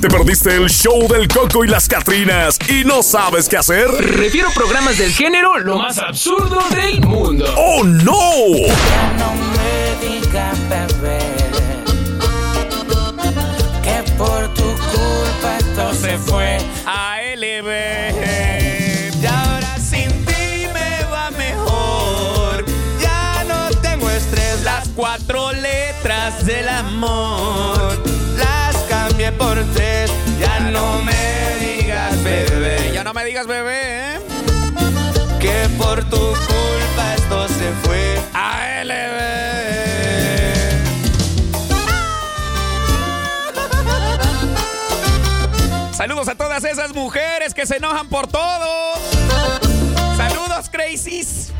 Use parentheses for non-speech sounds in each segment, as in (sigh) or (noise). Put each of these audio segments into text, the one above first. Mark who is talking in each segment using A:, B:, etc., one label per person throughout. A: ¿Te perdiste el show del Coco y las Catrinas y no sabes qué hacer?
B: Refiero programas del género lo más absurdo del mundo.
A: ¡Oh, no!
C: Ya no me digas, bebé, que por tu culpa esto se fue a LB. Y ahora sin ti me va mejor. Ya no tengo estrés. Las cuatro letras del amor las cambié por tres. Ya no me digas, bebé.
D: Ya no me digas bebé, ¿eh?
C: que por tu culpa esto se fue.
D: ALB. Saludos a todas esas mujeres que se enojan por todo. Saludos, Crazies.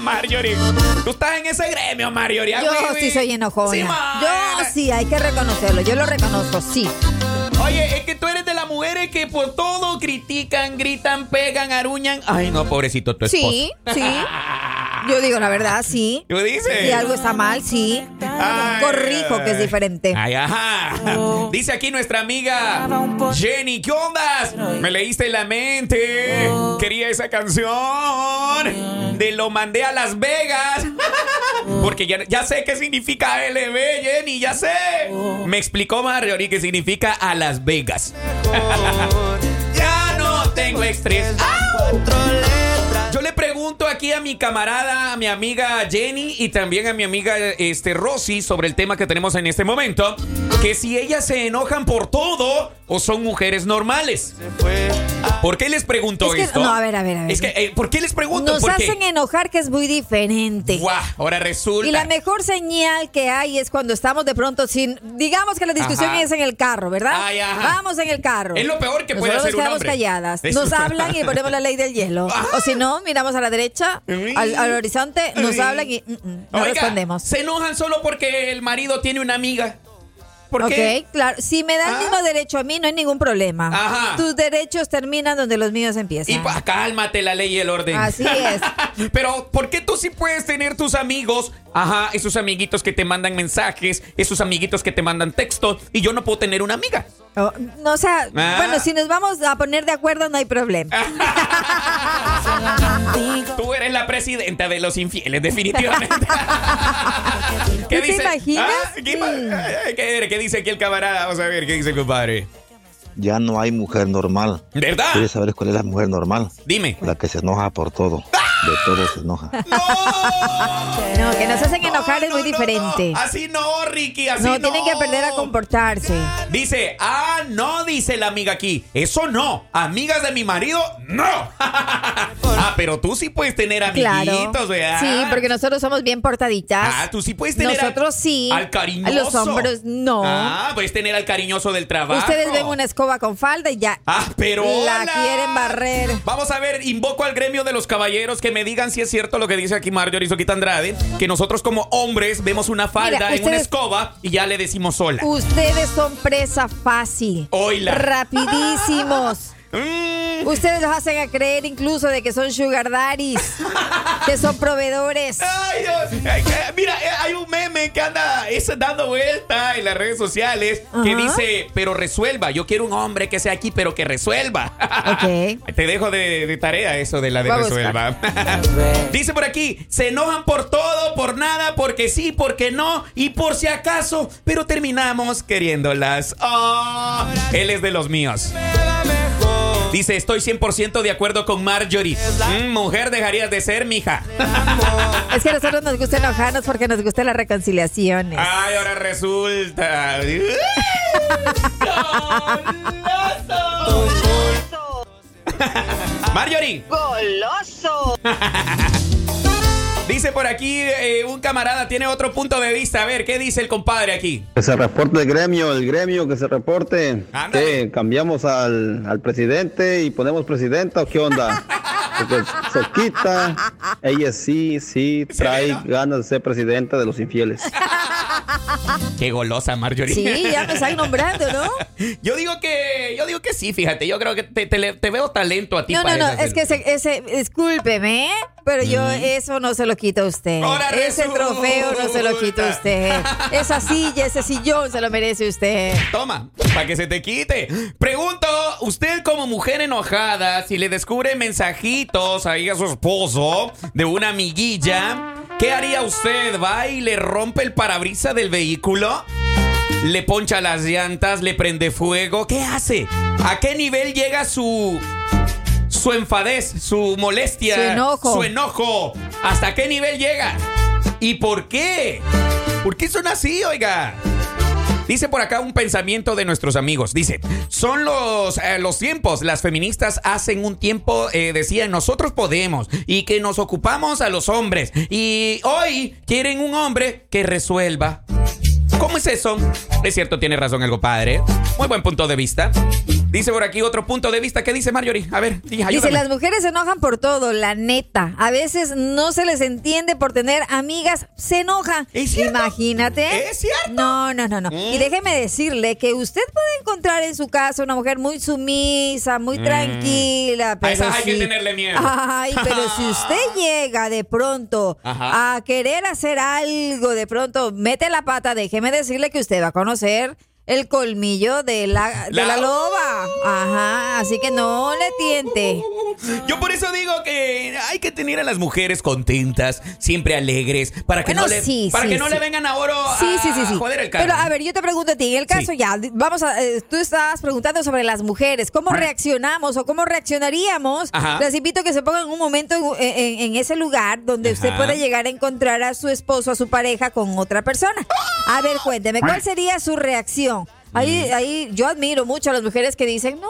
D: Marjorie, tú estás en ese gremio, Marjorie. Ah,
E: Yo
D: güey,
E: sí
D: güey.
E: soy
D: Sí,
E: enojona.
D: ma.
E: Yo sí, hay que reconocerlo. Yo lo reconozco, sí.
D: Oye, es que tú eres de las mujeres que por todo critican, gritan, pegan, aruñan. Ay, no, pobrecito tu esposo.
E: Sí, sí. Yo digo la verdad, sí.
D: ¿Tú dices?
E: Si algo está mal, sí.
D: Ay,
E: Corrijo que es
D: ay.
E: diferente.
D: Ay, ajá. Dice aquí nuestra amiga Jenny, ¿qué ondas? Me leíste la mente. Quería esa canción. De lo mandé a Las Vegas. Porque ya, ya sé qué significa LB, Jenny, ya sé. Me explicó Marjorie que significa a Las Vegas. (laughs) ya no tengo estrés.
C: Cuatro letras.
D: Yo le pregunto aquí a mi camarada, a mi amiga Jenny y también a mi amiga este, Rosy sobre el tema que tenemos en este momento, que si ellas se enojan por todo o son mujeres normales.
C: Fue a
D: ¿Por qué les pregunto
E: Es que-
D: esto?
E: no, a ver, a ver, a ver.
D: Es que, eh, ¿por qué les pregunto?
E: Nos
D: Porque-
E: hacen enojar que es muy diferente.
D: Guau, ahora resulta.
E: Y la mejor señal que hay es cuando estamos de pronto sin. Digamos que la discusión
D: Ajá.
E: es en el carro, ¿verdad?
D: Ay, ajá.
E: Vamos en el carro.
D: Es lo peor que puede hacer
E: Nosotros
D: un
E: nos quedamos
D: hombre.
E: calladas.
D: Es-
E: Nos hablan y ponemos la ley del
D: (laughs)
E: hielo. O si no, miramos a la derecha, al, al horizonte, nos
D: Ay.
E: hablan y mm, mm, no
D: Oiga,
E: respondemos.
D: Se enojan solo porque el marido tiene una amiga. ¿Por
E: Ok,
D: qué?
E: claro. Si me da el
D: Ah.
E: mismo derecho a mí, no hay ningún problema.
D: Ajá.
E: Tus derechos terminan donde los míos empiezan.
D: Y pa- cálmate la ley y el orden.
E: Así es.
D: (laughs) Pero, ¿por qué tú sí puedes tener tus amigos? Ajá, esos amiguitos que te mandan mensajes, esos amiguitos que te mandan textos, y yo no puedo tener una amiga.
E: Oh, no, o sea,
D: Ah.
E: bueno, si nos vamos a poner de acuerdo, no hay problema.
D: (laughs) Tú eres la presidenta de los infieles, definitivamente.
E: (laughs) ¿Tú te imaginas?
D: Ah, ¿Qué, ima-
E: Mm.
D: Ay, ¿qué- qué dice aquí el camarada? Vamos a ver, ¿qué dice el compadre?
F: Ya no hay mujer normal.
D: ¿Verdad?
F: ¿Quieres saber cuál es la mujer normal? (laughs)
D: Dime.
F: La que se enoja por todo. De todo se enoja.
E: No, que nos hacen enojar es
D: No,
E: muy
D: no, no.
E: diferente.
D: Así no, Ricky, así
E: No,
D: no.
E: tienen que aprender a comportarse.
D: Dice, ah, no, dice la amiga aquí. Eso no. Amigas de mi marido, no. (laughs) ah, pero tú sí puedes tener amiguitos,
E: Claro.
D: ¿verdad?
E: Sí, porque nosotros somos bien portaditas.
D: Ah, tú sí puedes tener al-
E: Nosotros sí.
D: al cariñoso.
E: Los hombres no.
D: Ah, puedes tener al cariñoso del trabajo.
E: Ustedes ven una escoba con falda y ya.
D: Ah, pero
E: La
D: hola.
E: quieren barrer.
D: Vamos a ver, invoco al gremio de los caballeros que me digan si es cierto lo que dice aquí Marjorie Soquita Andrade, que nosotros como hombres vemos una falda en
E: Mira,
D: una
E: ustedes-
D: escoba y ya le decimos sola.
E: Ustedes son presa fácil.
D: Oila. (laughs)
E: Rapidísimos.
D: Mm.
E: Ustedes los hacen a creer incluso de que son sugar daddies, que son proveedores.
D: Ay, Dios. Ay, que- Mira, eh, hay un meme que anda es dando vuelta en las redes sociales que
E: Ajá.
D: dice, pero resuelva. Yo quiero un hombre que sea aquí, pero que resuelva. (laughs)
E: Ok.
D: Te dejo de, de tarea eso de la de
E: Voy a
D: resuelva. (laughs) dice por aquí, se enojan por todo, por nada, porque sí, porque no y por si acaso, pero terminamos queriéndolas. Oh, él es de los míos. Dice, estoy 100% de acuerdo con Marjorie. Mm, mujer dejarías de ser, mija.
E: Es que a nosotros nos gusta ¿eh? enojarnos porque nos gustan las reconciliaciones.
D: Ay, ahora resulta. Marjorie,
G: ¡Goloso!
D: dice por aquí eh, un camarada tiene otro punto de vista. A ver, ¿qué dice el compadre aquí?
H: Que se reporte el gremio, el gremio que se reporte.
D: Ándale.
H: Sí, cambiamos al, al presidente y ponemos presidenta o qué onda. Porque Soquita, ella sí, sí
D: Se
H: trae
D: ve, ¿no?
H: ganas de ser presidenta de los infieles.
D: Qué golosa, Marjorie.
E: Sí, ya me están nombrando, ¿no?
D: (laughs) Yo digo que, yo digo que sí, fíjate. Yo creo que te, te le- te veo talento a ti.
E: No, no,
D: para
E: no,
D: esa
E: es que
D: serie.
E: ese, ese- discúlpeme, pero yo eso no se lo quito a usted.
D: Ahora
E: ese
D: resulta.
E: trofeo no se lo quito a usted.
D: (laughs)
E: Esa silla, ese sillón se lo merece usted.
D: Toma, para que se te quite. Pregunto, usted como mujer enojada, si le descubre mensajitos ahí a su esposo de una amiguilla, ¿qué haría usted? ¿Va y le rompe el parabrisas del vehículo? ¿Le poncha las llantas? ¿Le prende fuego? ¿Qué hace? ¿A qué nivel llega su... Su enfadez, su molestia,
E: Su enojo.
D: su enojo. ¿Hasta qué nivel llega? ¿Y por qué? ¿Por qué son así, oiga? Dice por acá un pensamiento de nuestros amigos. Dice, son los, eh, los tiempos. Las feministas hacen un tiempo, eh, decían, nosotros podemos y que nos ocupamos a los hombres. Y hoy quieren un hombre que resuelva. ¿Cómo es eso? Es cierto, tiene razón el compadre. Muy buen punto de vista. Dice por aquí otro punto de vista. ¿Qué dice Marjorie? A ver, di- ayúdame.
E: Dice, las mujeres se enojan por todo, la neta. A veces no se les entiende por tener amigas, se enoja.
D: ¿Es cierto?
E: Imagínate.
D: ¿Es cierto? ¿Eh?
E: No, no, no, no. Y déjeme decirle que usted puede encontrar en su casa una mujer muy sumisa, muy tranquila. Pero
D: esas Mm. hay que
E: sí.
D: tenerle miedo.
E: Ay, pero si
D: (laughs)
E: usted llega de pronto
D: Ajá.
E: a querer hacer algo, de pronto mete la pata, déjeme decirle que usted va a conocer el colmillo de la, de
D: La-
E: la loba. Ajá, así que no le tiente.
D: Yo por eso digo que hay que tener a las mujeres contentas, siempre alegres, para que
E: Bueno,
D: no le,
E: sí,
D: para
E: sí,
D: que no
E: sí.
D: le vengan a oro a
E: Sí, sí, sí, sí.
D: Ah, joder el carro.
E: Pero a ver, yo te pregunto a ti, en el caso
D: Sí.
E: ya, di- vamos a, eh, tú estabas preguntando sobre las mujeres, ¿cómo reaccionamos o cómo reaccionaríamos?
D: Ajá.
E: Les invito a que se pongan un momento en, en- en ese lugar donde usted
D: Ajá.
E: pueda llegar a encontrar a su esposo, a su pareja con otra persona. A ver, cuénteme, ¿cuál sería su reacción? Ahí, ahí yo admiro mucho a las mujeres que dicen, no,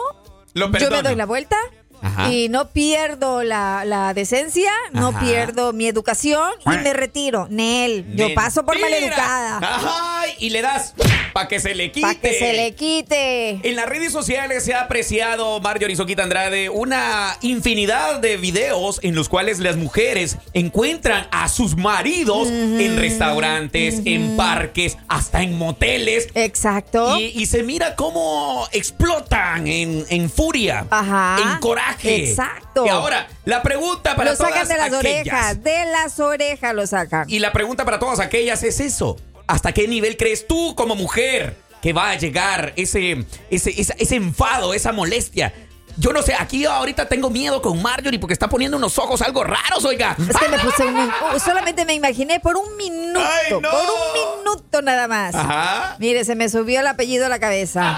D: Lo
E: yo me
D: perdono.
E: doy la vuelta.
D: Ajá.
E: Y no pierdo la, la decencia, no
D: Ajá.
E: pierdo mi educación y me retiro. Nel, yo paso por
D: Mentira.
E: maleducada.
D: Ay, y le das para que se le quite.
E: Para que se le quite.
D: En las redes sociales se ha apreciado, Marjorie Soquita Andrade, una infinidad de videos en los cuales las mujeres encuentran a sus maridos en restaurantes, en parques, hasta en moteles.
E: Exacto.
D: Y, y se mira cómo explotan en, en furia,
E: Ajá.
D: en coraje.
E: Exacto.
D: Y ahora, la pregunta para
E: lo
D: todas
E: sacan de las
D: aquellas-
E: orejas, de las orejas lo sacan.
D: Y la pregunta para todas aquellas es eso. ¿Hasta qué nivel crees tú como mujer que va a llegar ese, ese, esa- ese enfado, esa molestia? Yo no sé, aquí ahorita tengo miedo con Marjorie porque está poniendo unos ojos algo raros, oiga. (laughs)
E: Es que me puse un- uh, solamente me imaginé por un minuto,
D: Ay, no.
E: por un minuto nada más.
D: Ajá.
E: Mire, se me subió el apellido a la cabeza.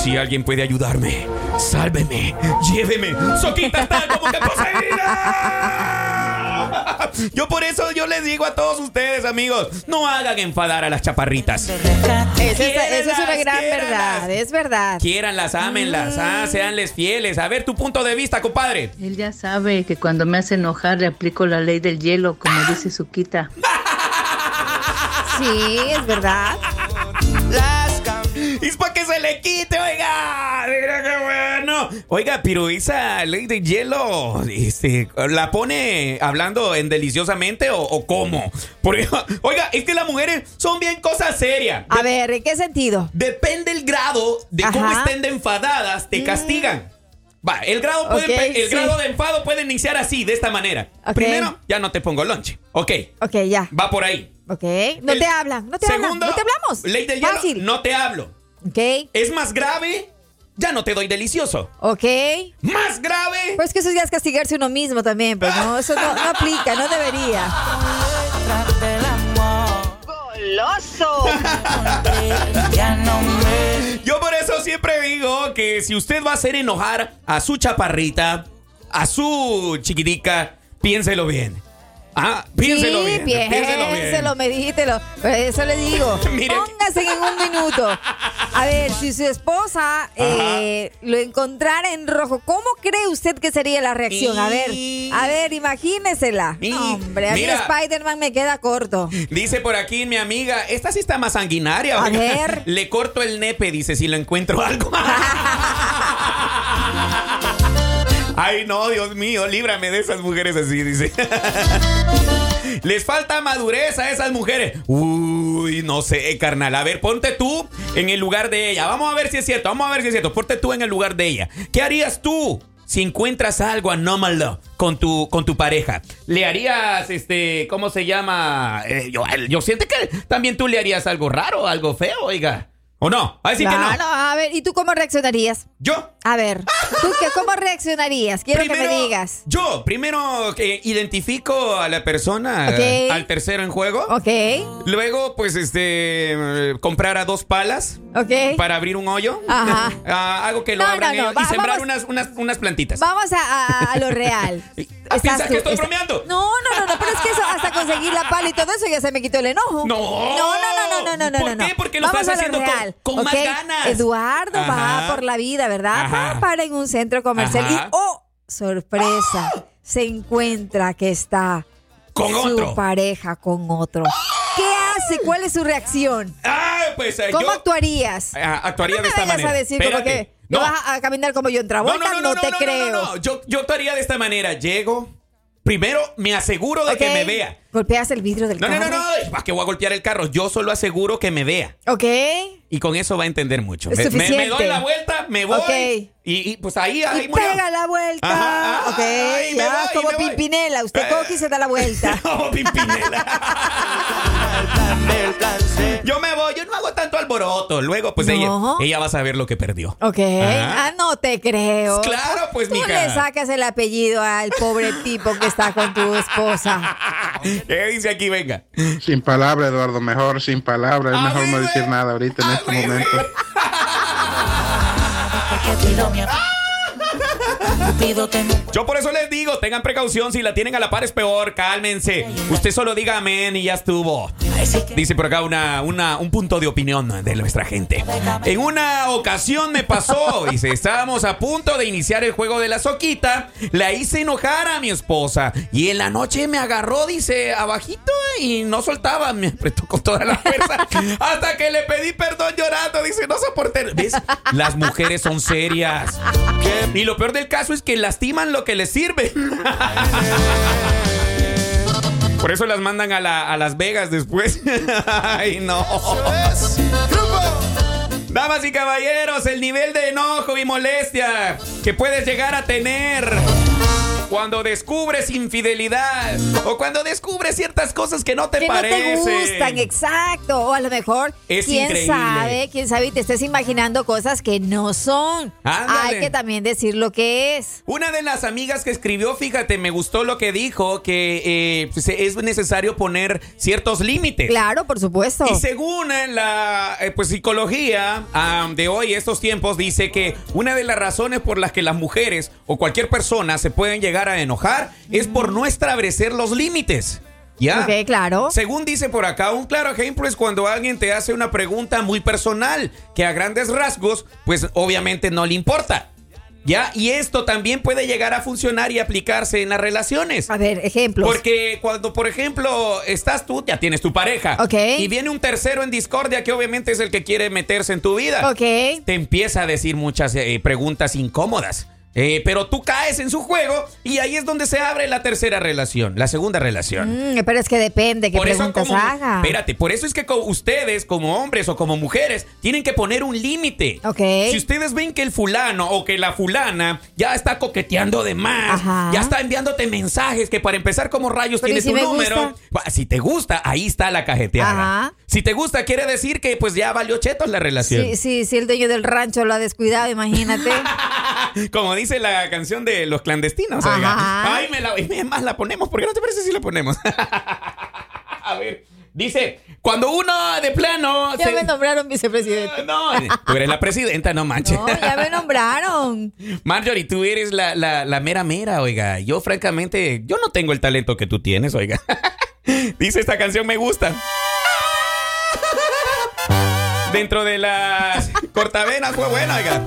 D: Si alguien puede ayudarme, sálveme, lléveme. Soquita está como que poseída. (laughs) Yo por eso yo les digo a todos ustedes, amigos, no hagan enfadar a las chaparritas.
E: Esa es, esa es una
D: Quiéranlas,
E: gran
D: quiéranlas.
E: verdad, es verdad.
D: Quiéranlas, ámenlas, ah, seanles fieles. A ver tu punto de vista, compadre.
G: Él ya sabe que cuando me hace enojar le aplico la ley del hielo, como dice Suquita.
E: Sí, es verdad.
C: Las cambié.
D: Y Es para que se le quite, oiga. Mira qué bueno. Oiga, pero esa ley de hielo, este, ¿la pone hablando en deliciosamente o, o cómo? Porque, oiga, es que las mujeres son bien cosas serias.
E: A ver, ¿en qué sentido?
D: Depende el grado de cómo
E: Ajá. Mm.
D: estén de enfadadas, te castigan. Va, el grado, puede
E: Ok,
D: empe- el
E: sí.
D: grado de enfado puede iniciar así, de esta manera.
E: Ok.
D: Primero, ya no te pongo lonche. Ok,
E: Ok, ya.
D: va por ahí.
E: Ok. No
D: El-
E: te hablan, no te hablan.
D: Segundo,
E: No te hablamos.
D: Ley del hielo,
E: Fácil.
D: no te hablo.
E: Ok.
D: ¿Es más grave? Ya no te doy delicioso.
E: Ok.
D: ¿Más grave?
E: Pues que eso ya es castigarse uno mismo también, pero no, eso no, no aplica, no debería.
C: Tras del amor. Goloso. ya no me.
E: Pues
D: Yo por eso siempre digo que si usted va a hacer enojar a su chaparrita, a su chiquitica, piénselo bien. Ah, piénselo
E: sí,
D: bien.
E: piénselo,
D: Piénselo bien.
E: medítelo. Pues eso
D: (laughs)
E: le digo.
D: Mire.
E: Póngase en un minuto. A ver, si su esposa eh, lo encontrara en rojo, ¿cómo cree usted que sería la reacción? A ver,
D: Y-
E: a ver, imagínesela.
D: Y-
E: No, hombre, a mí
D: mira.
E: Spider-Man me queda corto.
D: Dice por aquí mi amiga, esta sí está más sanguinaria.
E: A
D: oiga.
E: ver.
D: Le corto el nepe, dice, si le encuentro algo.
E: (laughs)
D: Ay, no, Dios mío, líbrame de esas mujeres así, dice. Les falta madurez a esas mujeres. Uh, Uy, no sé, carnal. A ver, ponte tú en el lugar de ella. Vamos a ver si es cierto, vamos a ver si es cierto. Ponte tú en el lugar de ella. ¿Qué harías tú si encuentras algo anómalo con tu, con tu pareja? ¿Le harías, este, cómo se llama? Eh, yo, yo siento que también tú le harías algo raro, algo feo, oiga. ¿O no? Así que
E: Claro,
D: no.
E: a ver, ¿y tú cómo reaccionarías?
D: Yo
E: A ver, ¿tú qué, cómo reaccionarías? Quiero que me digas.
D: Yo, primero que identifico a la persona,
E: Ok.
D: al tercero en juego.
E: Ok,
D: Luego, pues, este, eh, comprar a dos palas
E: ok.
D: para abrir un hoyo.
E: Ajá.
D: (laughs) Ah, algo que lo
E: No,
D: abran
E: no, no,
D: ellos y
E: va-
D: sembrar
E: vamos-
D: unas, unas, unas plantitas.
E: Vamos a, a- a lo
D: (laughs)
E: real.
D: Ah,
E: Estás
D: piensa que estoy
E: está-
D: bromeando.
E: No, no, no, no, pero es que eso, hasta conseguir la pala y todo eso ya se me quitó el enojo.
D: No.
E: No, no, no, no, no, no.
D: ¿Por
E: no, no.
D: qué? Porque lo
E: Vamos
D: estás
E: a lo
D: haciendo con-
E: real,
D: con más
E: ¿ok?
D: ganas.
E: Eduardo
D: Ajá.
E: va por la vida, ¿verdad?
D: Ajá.
E: Va para en un centro comercial
D: Ajá.
E: y, oh, sorpresa, se encuentra que está
D: Con
E: su
D: otro.
E: pareja con otro. ¿Qué hace? ¿Cuál es su reacción?
D: Ah, pues eh,
E: ¿Cómo
D: yo
E: actuarías?
D: ah, actuaría de
E: no me
D: esta
E: vayas
D: manera.
E: a decir como
D: Espérate.
E: que no. vas a, a caminar como yo en Travolta, no, te creo.
D: no, no. Yo, yo actuaría de esta manera. Llego. Primero, me aseguro de que
E: Ok.
D: me vea.
E: Golpeas el vidrio del
D: No, no,
E: carro.
D: no, no. ¿Para qué voy a golpear el carro? Yo solo aseguro que me vea.
E: Ok.
D: Y con eso va a entender mucho.
E: Es
D: Me- me, me
E: suficiente.
D: doy la vuelta, me voy.
E: Ok.
D: Y, y, pues ahí, ahí
E: y
D: murió.
E: pega la vuelta.
D: Ajá,
E: ok.
D: ah, y me
E: ya,
D: voy, y
E: como
D: me voy.
E: Pimpinela. Usted
D: Eh.
E: coge y se da
D: (laughs)
E: la vuelta.
I: (laughs)
D: Como Pimpinela. Yo me voy, yo no hago tanto alboroto. Luego, pues
E: No.
D: ella, ella va a saber lo que perdió.
E: Ok.
D: Ajá.
E: Ah, no te creo.
D: Claro, pues,
E: Tú
D: mija.
E: le sacas el apellido al pobre tipo que está con tu esposa.
D: (laughs) ¿Qué dice aquí? Venga.
I: Sin palabra, Eduardo, mejor sin palabra. Es
D: A
I: mejor no
D: ver,
I: decir
D: güey.
I: nada ahorita en
D: A
I: este
D: ver,
I: momento.
D: güey. Yo por eso les digo, tengan precaución, si la tienen a la par es peor, cálmense. Usted solo diga amén y ya estuvo. Dice por acá una, una- un punto de opinión de nuestra gente. En una ocasión me pasó, dice, estábamos a punto de iniciar el juego de la soquita, la hice enojar a mi esposa y en la noche me agarró, dice, abajito y no soltaba, me apretó con toda la fuerza hasta que le pedí perdón llorando, dice, no soporté. ¿Ves? Las mujeres son serias. Y lo peor del caso es que lastiman lo que les sirve. Por eso las mandan a, la- a Las Vegas después. (laughs) Ay, no. Damas y caballeros, el nivel de enojo y molestia que puedes llegar a tener cuando descubres infidelidad o cuando descubres ciertas cosas que no te
E: que
D: parecen.
E: no te gustan, exacto. O a lo mejor,
D: Es
E: quién
D: increíble.
E: sabe, quién sabe, y te estés imaginando cosas que no son.
D: Ándale.
E: Hay que también decir lo que es.
D: Una de las amigas que escribió, fíjate, me gustó lo que dijo, que eh, pues, es necesario poner ciertos límites.
E: Claro, por supuesto.
D: Y según eh, la eh, pues, psicología ah, de hoy, estos tiempos, dice que una de las razones por las que las mujeres o cualquier persona se pueden llegar a enojar es por no establecer los límites. ¿Ya?
E: Mm. Ok, claro.
D: Según dice por acá, un claro ejemplo es cuando alguien te hace una pregunta muy personal que a grandes rasgos, pues obviamente no le importa. ¿Ya? Y esto también puede llegar a funcionar y aplicarse en las relaciones.
E: A ver, ejemplos.
D: Porque cuando, por ejemplo, estás tú, ya tienes tu pareja.
E: Ok.
D: Y viene un tercero en discordia que obviamente es el que quiere meterse en tu vida.
E: Ok.
D: Te empieza a decir muchas eh, preguntas incómodas. Eh, pero tú caes en su juego y ahí es donde se abre la tercera relación, la segunda relación.
E: Mm, pero es que depende qué preguntas
D: como,
E: haga.
D: Espérate, por eso es que como ustedes, como hombres o como mujeres, tienen que poner un límite.
E: Ok.
D: Si ustedes ven que el fulano o que la fulana ya está coqueteando de más,
E: Ajá.
D: ya está enviándote mensajes que para empezar como rayos
E: Pero ¿y
D: tiene
E: si
D: tu
E: me
D: número.
E: gusta?
D: Bah, Si te gusta, ahí está la cajeteada.
E: Ajá.
D: Si te gusta, quiere decir que pues ya valió chetos la relación.
E: Sí, sí, sí, el dueño del rancho lo ha
D: (laughs)
E: descuidado, imagínate.
D: Ah, Como dice la canción de los clandestinos.
E: Ajá.
D: oiga. Ay, me la, es más, la ponemos. ¿Por qué no te parece si la ponemos? (laughs) A ver, dice, cuando uno de plano...
E: ya
D: se-
E: me nombraron vicepresidente.
D: No, tú eres la presidenta, no manches.
E: No, ya me nombraron.
D: (laughs) Marjorie, tú eres la, la- la mera mera, oiga. Yo, francamente, yo no tengo el talento que tú tienes, oiga. (laughs) Dice esta canción, me gusta. Dentro de las cortavenas fue buena, oiga.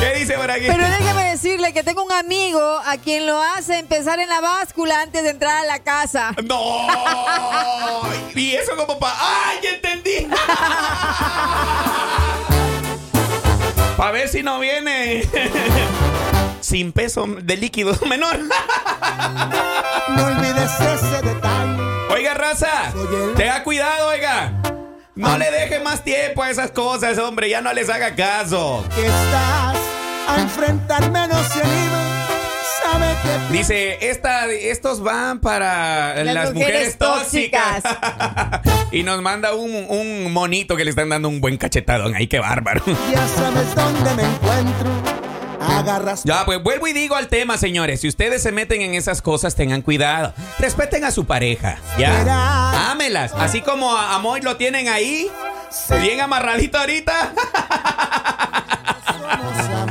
D: ¿Qué dice por aquí?
E: Pero déjeme decirle que tengo un amigo a quien lo hace empezar en la báscula antes de entrar a la casa.
D: (laughs) ¡No! Y eso como pa... ¡Ay, ya entendí! (laughs) Pa' ver si no viene. (laughs) Sin peso de líquido (laughs) menor.
J: No olvides ese detalle.
D: Oiga, raza,
J: Soy el- Ah.
D: tenga cuidado, oiga. No le deje más tiempo a esas cosas, hombre. Ya no les haga caso.
C: Que estás a enfrentarme, no se anima. Sabe que
D: Dice, esta, estos van para las, mujeres, tóxicas. (laughs) y nos manda un, un monito que le están dando un buen cachetadón. Ay, qué bárbaro.
C: ya sabes dónde me encuentro. Agarras.
D: Ya, pues vuelvo y digo al tema, señores. Si ustedes se meten en esas cosas, tengan cuidado. Respeten a su pareja, ¿ya? Ámelas. Así como a, a Moy lo tienen ahí, bien amarradito ahorita.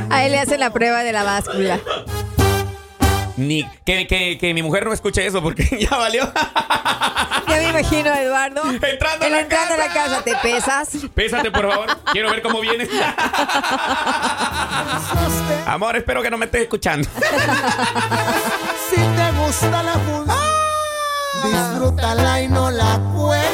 D: (laughs)
E: A él le hacen la prueba de la báscula.
D: Ni, que, que- que mi mujer no escuche eso porque (laughs) ya valió.
E: Ya me imagino, Eduardo.
D: Entrando a
E: él
D: la
E: entrando a la
D: casa.
E: casa, te pesas.
D: Pésate, por favor. Quiero ver cómo vienes. Amor, espero que no me estés escuchando.
C: Si te gusta la música, disfrútala y no la cuentes.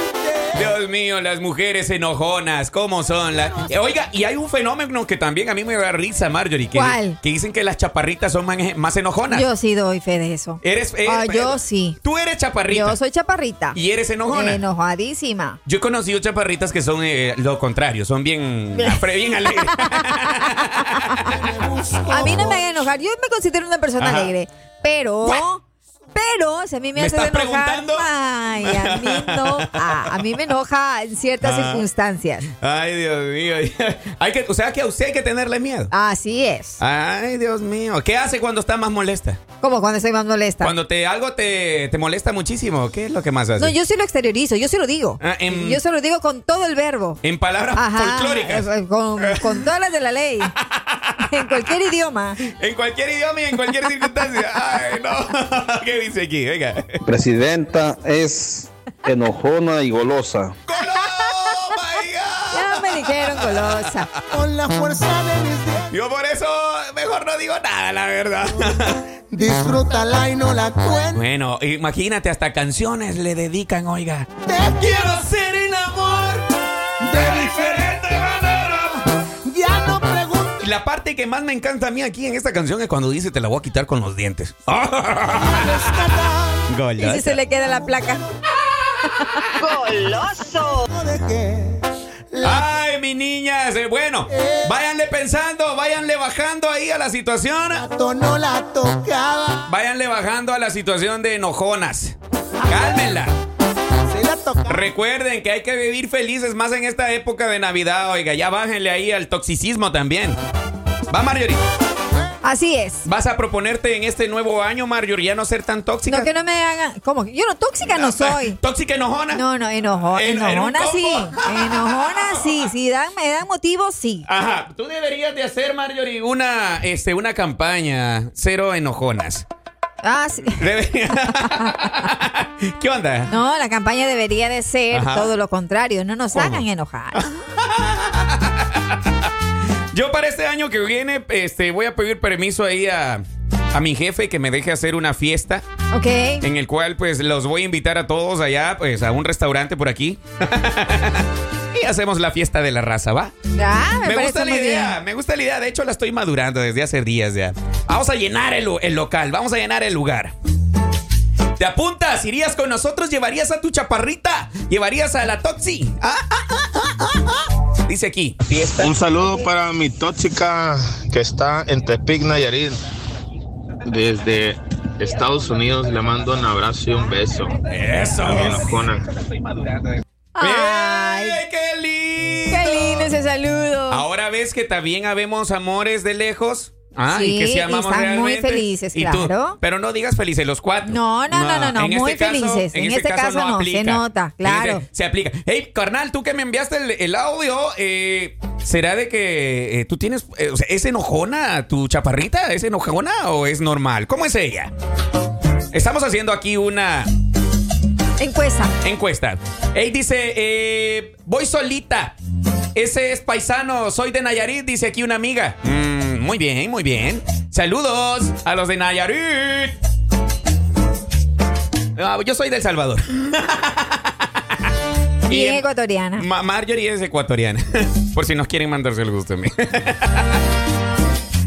D: Dios mío, las mujeres enojonas, ¿cómo son? las? Eh, Oiga, y hay un fenómeno que también a mí me da risa, Marjorie. Que,
E: ¿Cuál?
D: Que dicen que las chaparritas son man- más enojonas.
E: Yo sí doy fe de eso.
D: Eres. eh,
E: Ah,
D: eh,
E: yo sí.
D: Tú eres chaparrita.
E: Yo soy chaparrita.
D: Y eres enojona.
E: Enojadísima.
D: Yo he conocido chaparritas que son eh, lo contrario, son bien, afre- bien alegres.
E: A mí no me hagan enojar. Yo me considero una persona
D: Ajá.
E: alegre. Pero. Pero, si a mí me,
D: ¿Me
E: hace
D: estás
E: enojar,
D: preguntando?
E: ay, a mí no, Ah, a, a mí me enoja en ciertas
D: Ah.
E: circunstancias.
D: Ay, Dios mío. Hay que, o sea que a usted hay que tenerle miedo.
E: Así es.
D: Ay, Dios mío. ¿Qué hace cuando está más molesta?
E: Como cuando estoy más molesta.
D: Cuando te algo te, te molesta muchísimo, ¿qué es lo que más hace?
E: No, yo sí lo exteriorizo, yo sí lo digo.
D: Ah, em-
E: Yo se lo digo con todo el verbo.
D: En palabras folclóricas.
E: eh, Con, con todas las de la
D: (laughs)
E: ley. en cualquier idioma.
D: En cualquier idioma y en cualquier circunstancia. Ay, no. (laughs) ¿Qué dice aquí? Venga.
H: Presidenta es enojona y golosa.
D: ¡Colo!
E: (laughs)
D: ¡Oh, my God!
E: Ya me dijeron golosa.
C: Con la fuerza de mis dientes,
D: Yo por eso mejor no digo nada, la verdad.
C: disfrútala y no la cuentes.
D: Bueno, imagínate, hasta canciones le dedican, oiga. Te quiero hacer el amor de diferente manera.
C: Ya no preguntes.
D: Y la parte que más me encanta a mí aquí en esta canción es cuando dice te la voy a quitar con los dientes. (laughs)
C: rescatar
E: ¿Y si se le queda la placa?
C: de qué.
D: Ay, mi niña, eh, bueno, váyanle pensando, váyanle bajando ahí a la situación.
C: Lato no la tocaba.
D: Váyanle bajando a la situación de enojonas. Cálmenla.
C: Se la tocaba.
D: Recuerden que hay que vivir felices más en esta época de Navidad, oiga. Ya bájenle ahí al toxicismo también. Va, Marjorie.
E: Así es.
D: ¿Vas a proponerte en este nuevo año, Marjorie, ya no ser tan tóxica?
E: No, que no me hagan. ¿Cómo? Yo no, tóxica no soy.
D: (laughs) ¿Tóxica enojona?
E: No, no, enojo,
D: ¿En- en un
E: enojona
D: combo?
E: sí. Enojona sí. Si dan, me dan motivos, sí.
D: Ajá, tú deberías de hacer, Marjorie, una, este, una campaña cero enojonas.
E: Ah, sí.
D: Debería- (laughs) ¿Qué onda?
E: No, la campaña debería de ser
D: Ajá.
E: todo lo contrario. No nos
D: ¿Cómo? Ah.
E: hagan enojar.
D: Yo para este año que viene este, voy a pedir permiso ahí a, a mi jefe que me deje hacer una fiesta
E: ¿Ok?
D: en el cual pues los voy a invitar a todos allá, pues a un restaurante por aquí. (laughs) y hacemos la fiesta de la raza, ¿va?
E: Ah, me,
D: Me
E: parece
D: gusta la
E: muy
D: idea,
E: bien.
D: me gusta la idea. De hecho, la estoy madurando desde hace días ya. Vamos a llenar el, lu- el local, vamos a llenar el lugar. ¿Te apuntas? ¿Irías con nosotros? ¿Llevarías a tu chaparrita? ¿Llevarías a la Toxi? Ah, ah, ah, ah, ah, ah. Dice aquí.
J: Un saludo para mi tóxica que está en Tepic, Nayarit. Desde Estados Unidos le mando un abrazo y un beso.
D: Eso.
J: Enojona.
E: Ay,
D: ¡Ay, qué lindo!
E: qué lindo ese saludo.
D: Ahora ves que también habemos amores de lejos. Ah, y
E: Sí,
D: que se
E: y
D: amamos
E: están muy
D: realmente.
E: felices,
D: Y tú,
E: claro.
D: pero no digas felices los cuatro.
E: No, no, no, no, no,
D: en
E: muy
D: este caso-
E: felices. En este caso no, se
D: aplica.
E: nota,
D: En
E: claro.
D: este- se aplica. Hey, carnal, tú que me enviaste el, el audio, eh, ¿será de que eh, tú tienes... eh, o sea, ¿Es enojona tu chaparrita? ¿Es enojona o es normal? ¿Cómo es ella? Estamos haciendo aquí una...
E: Encuesta.
D: Encuesta. Él dice, eh, voy solita. Ese es paisano, soy de Nayarit, dice aquí una amiga. Mm, muy bien, muy bien. Saludos a los de Nayarit. Ah, yo soy de El Salvador. Y
E: Bien
D: en-
E: ecuatoriana.
D: Ma- Marjorie es ecuatoriana. (laughs) Por si nos quieren mandarse el (laughs) gusto a mí.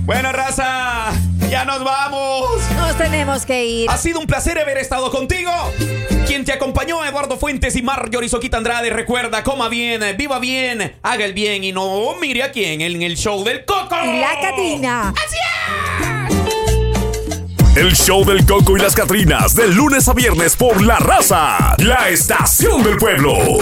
D: bueno, raza, ya nos vamos.
E: Nos tenemos que ir.
D: Ha sido un placer haber estado contigo. Quien te acompañó, Eduardo Fuentes y Marjorie Soquita Andrade. Recuerda, coma bien, viva bien, haga el bien y no mire a quién en el show del Coco.
E: Y la Catrina.
A: El show del Coco y las Catrinas, de lunes a viernes por La Raza, la estación del pueblo.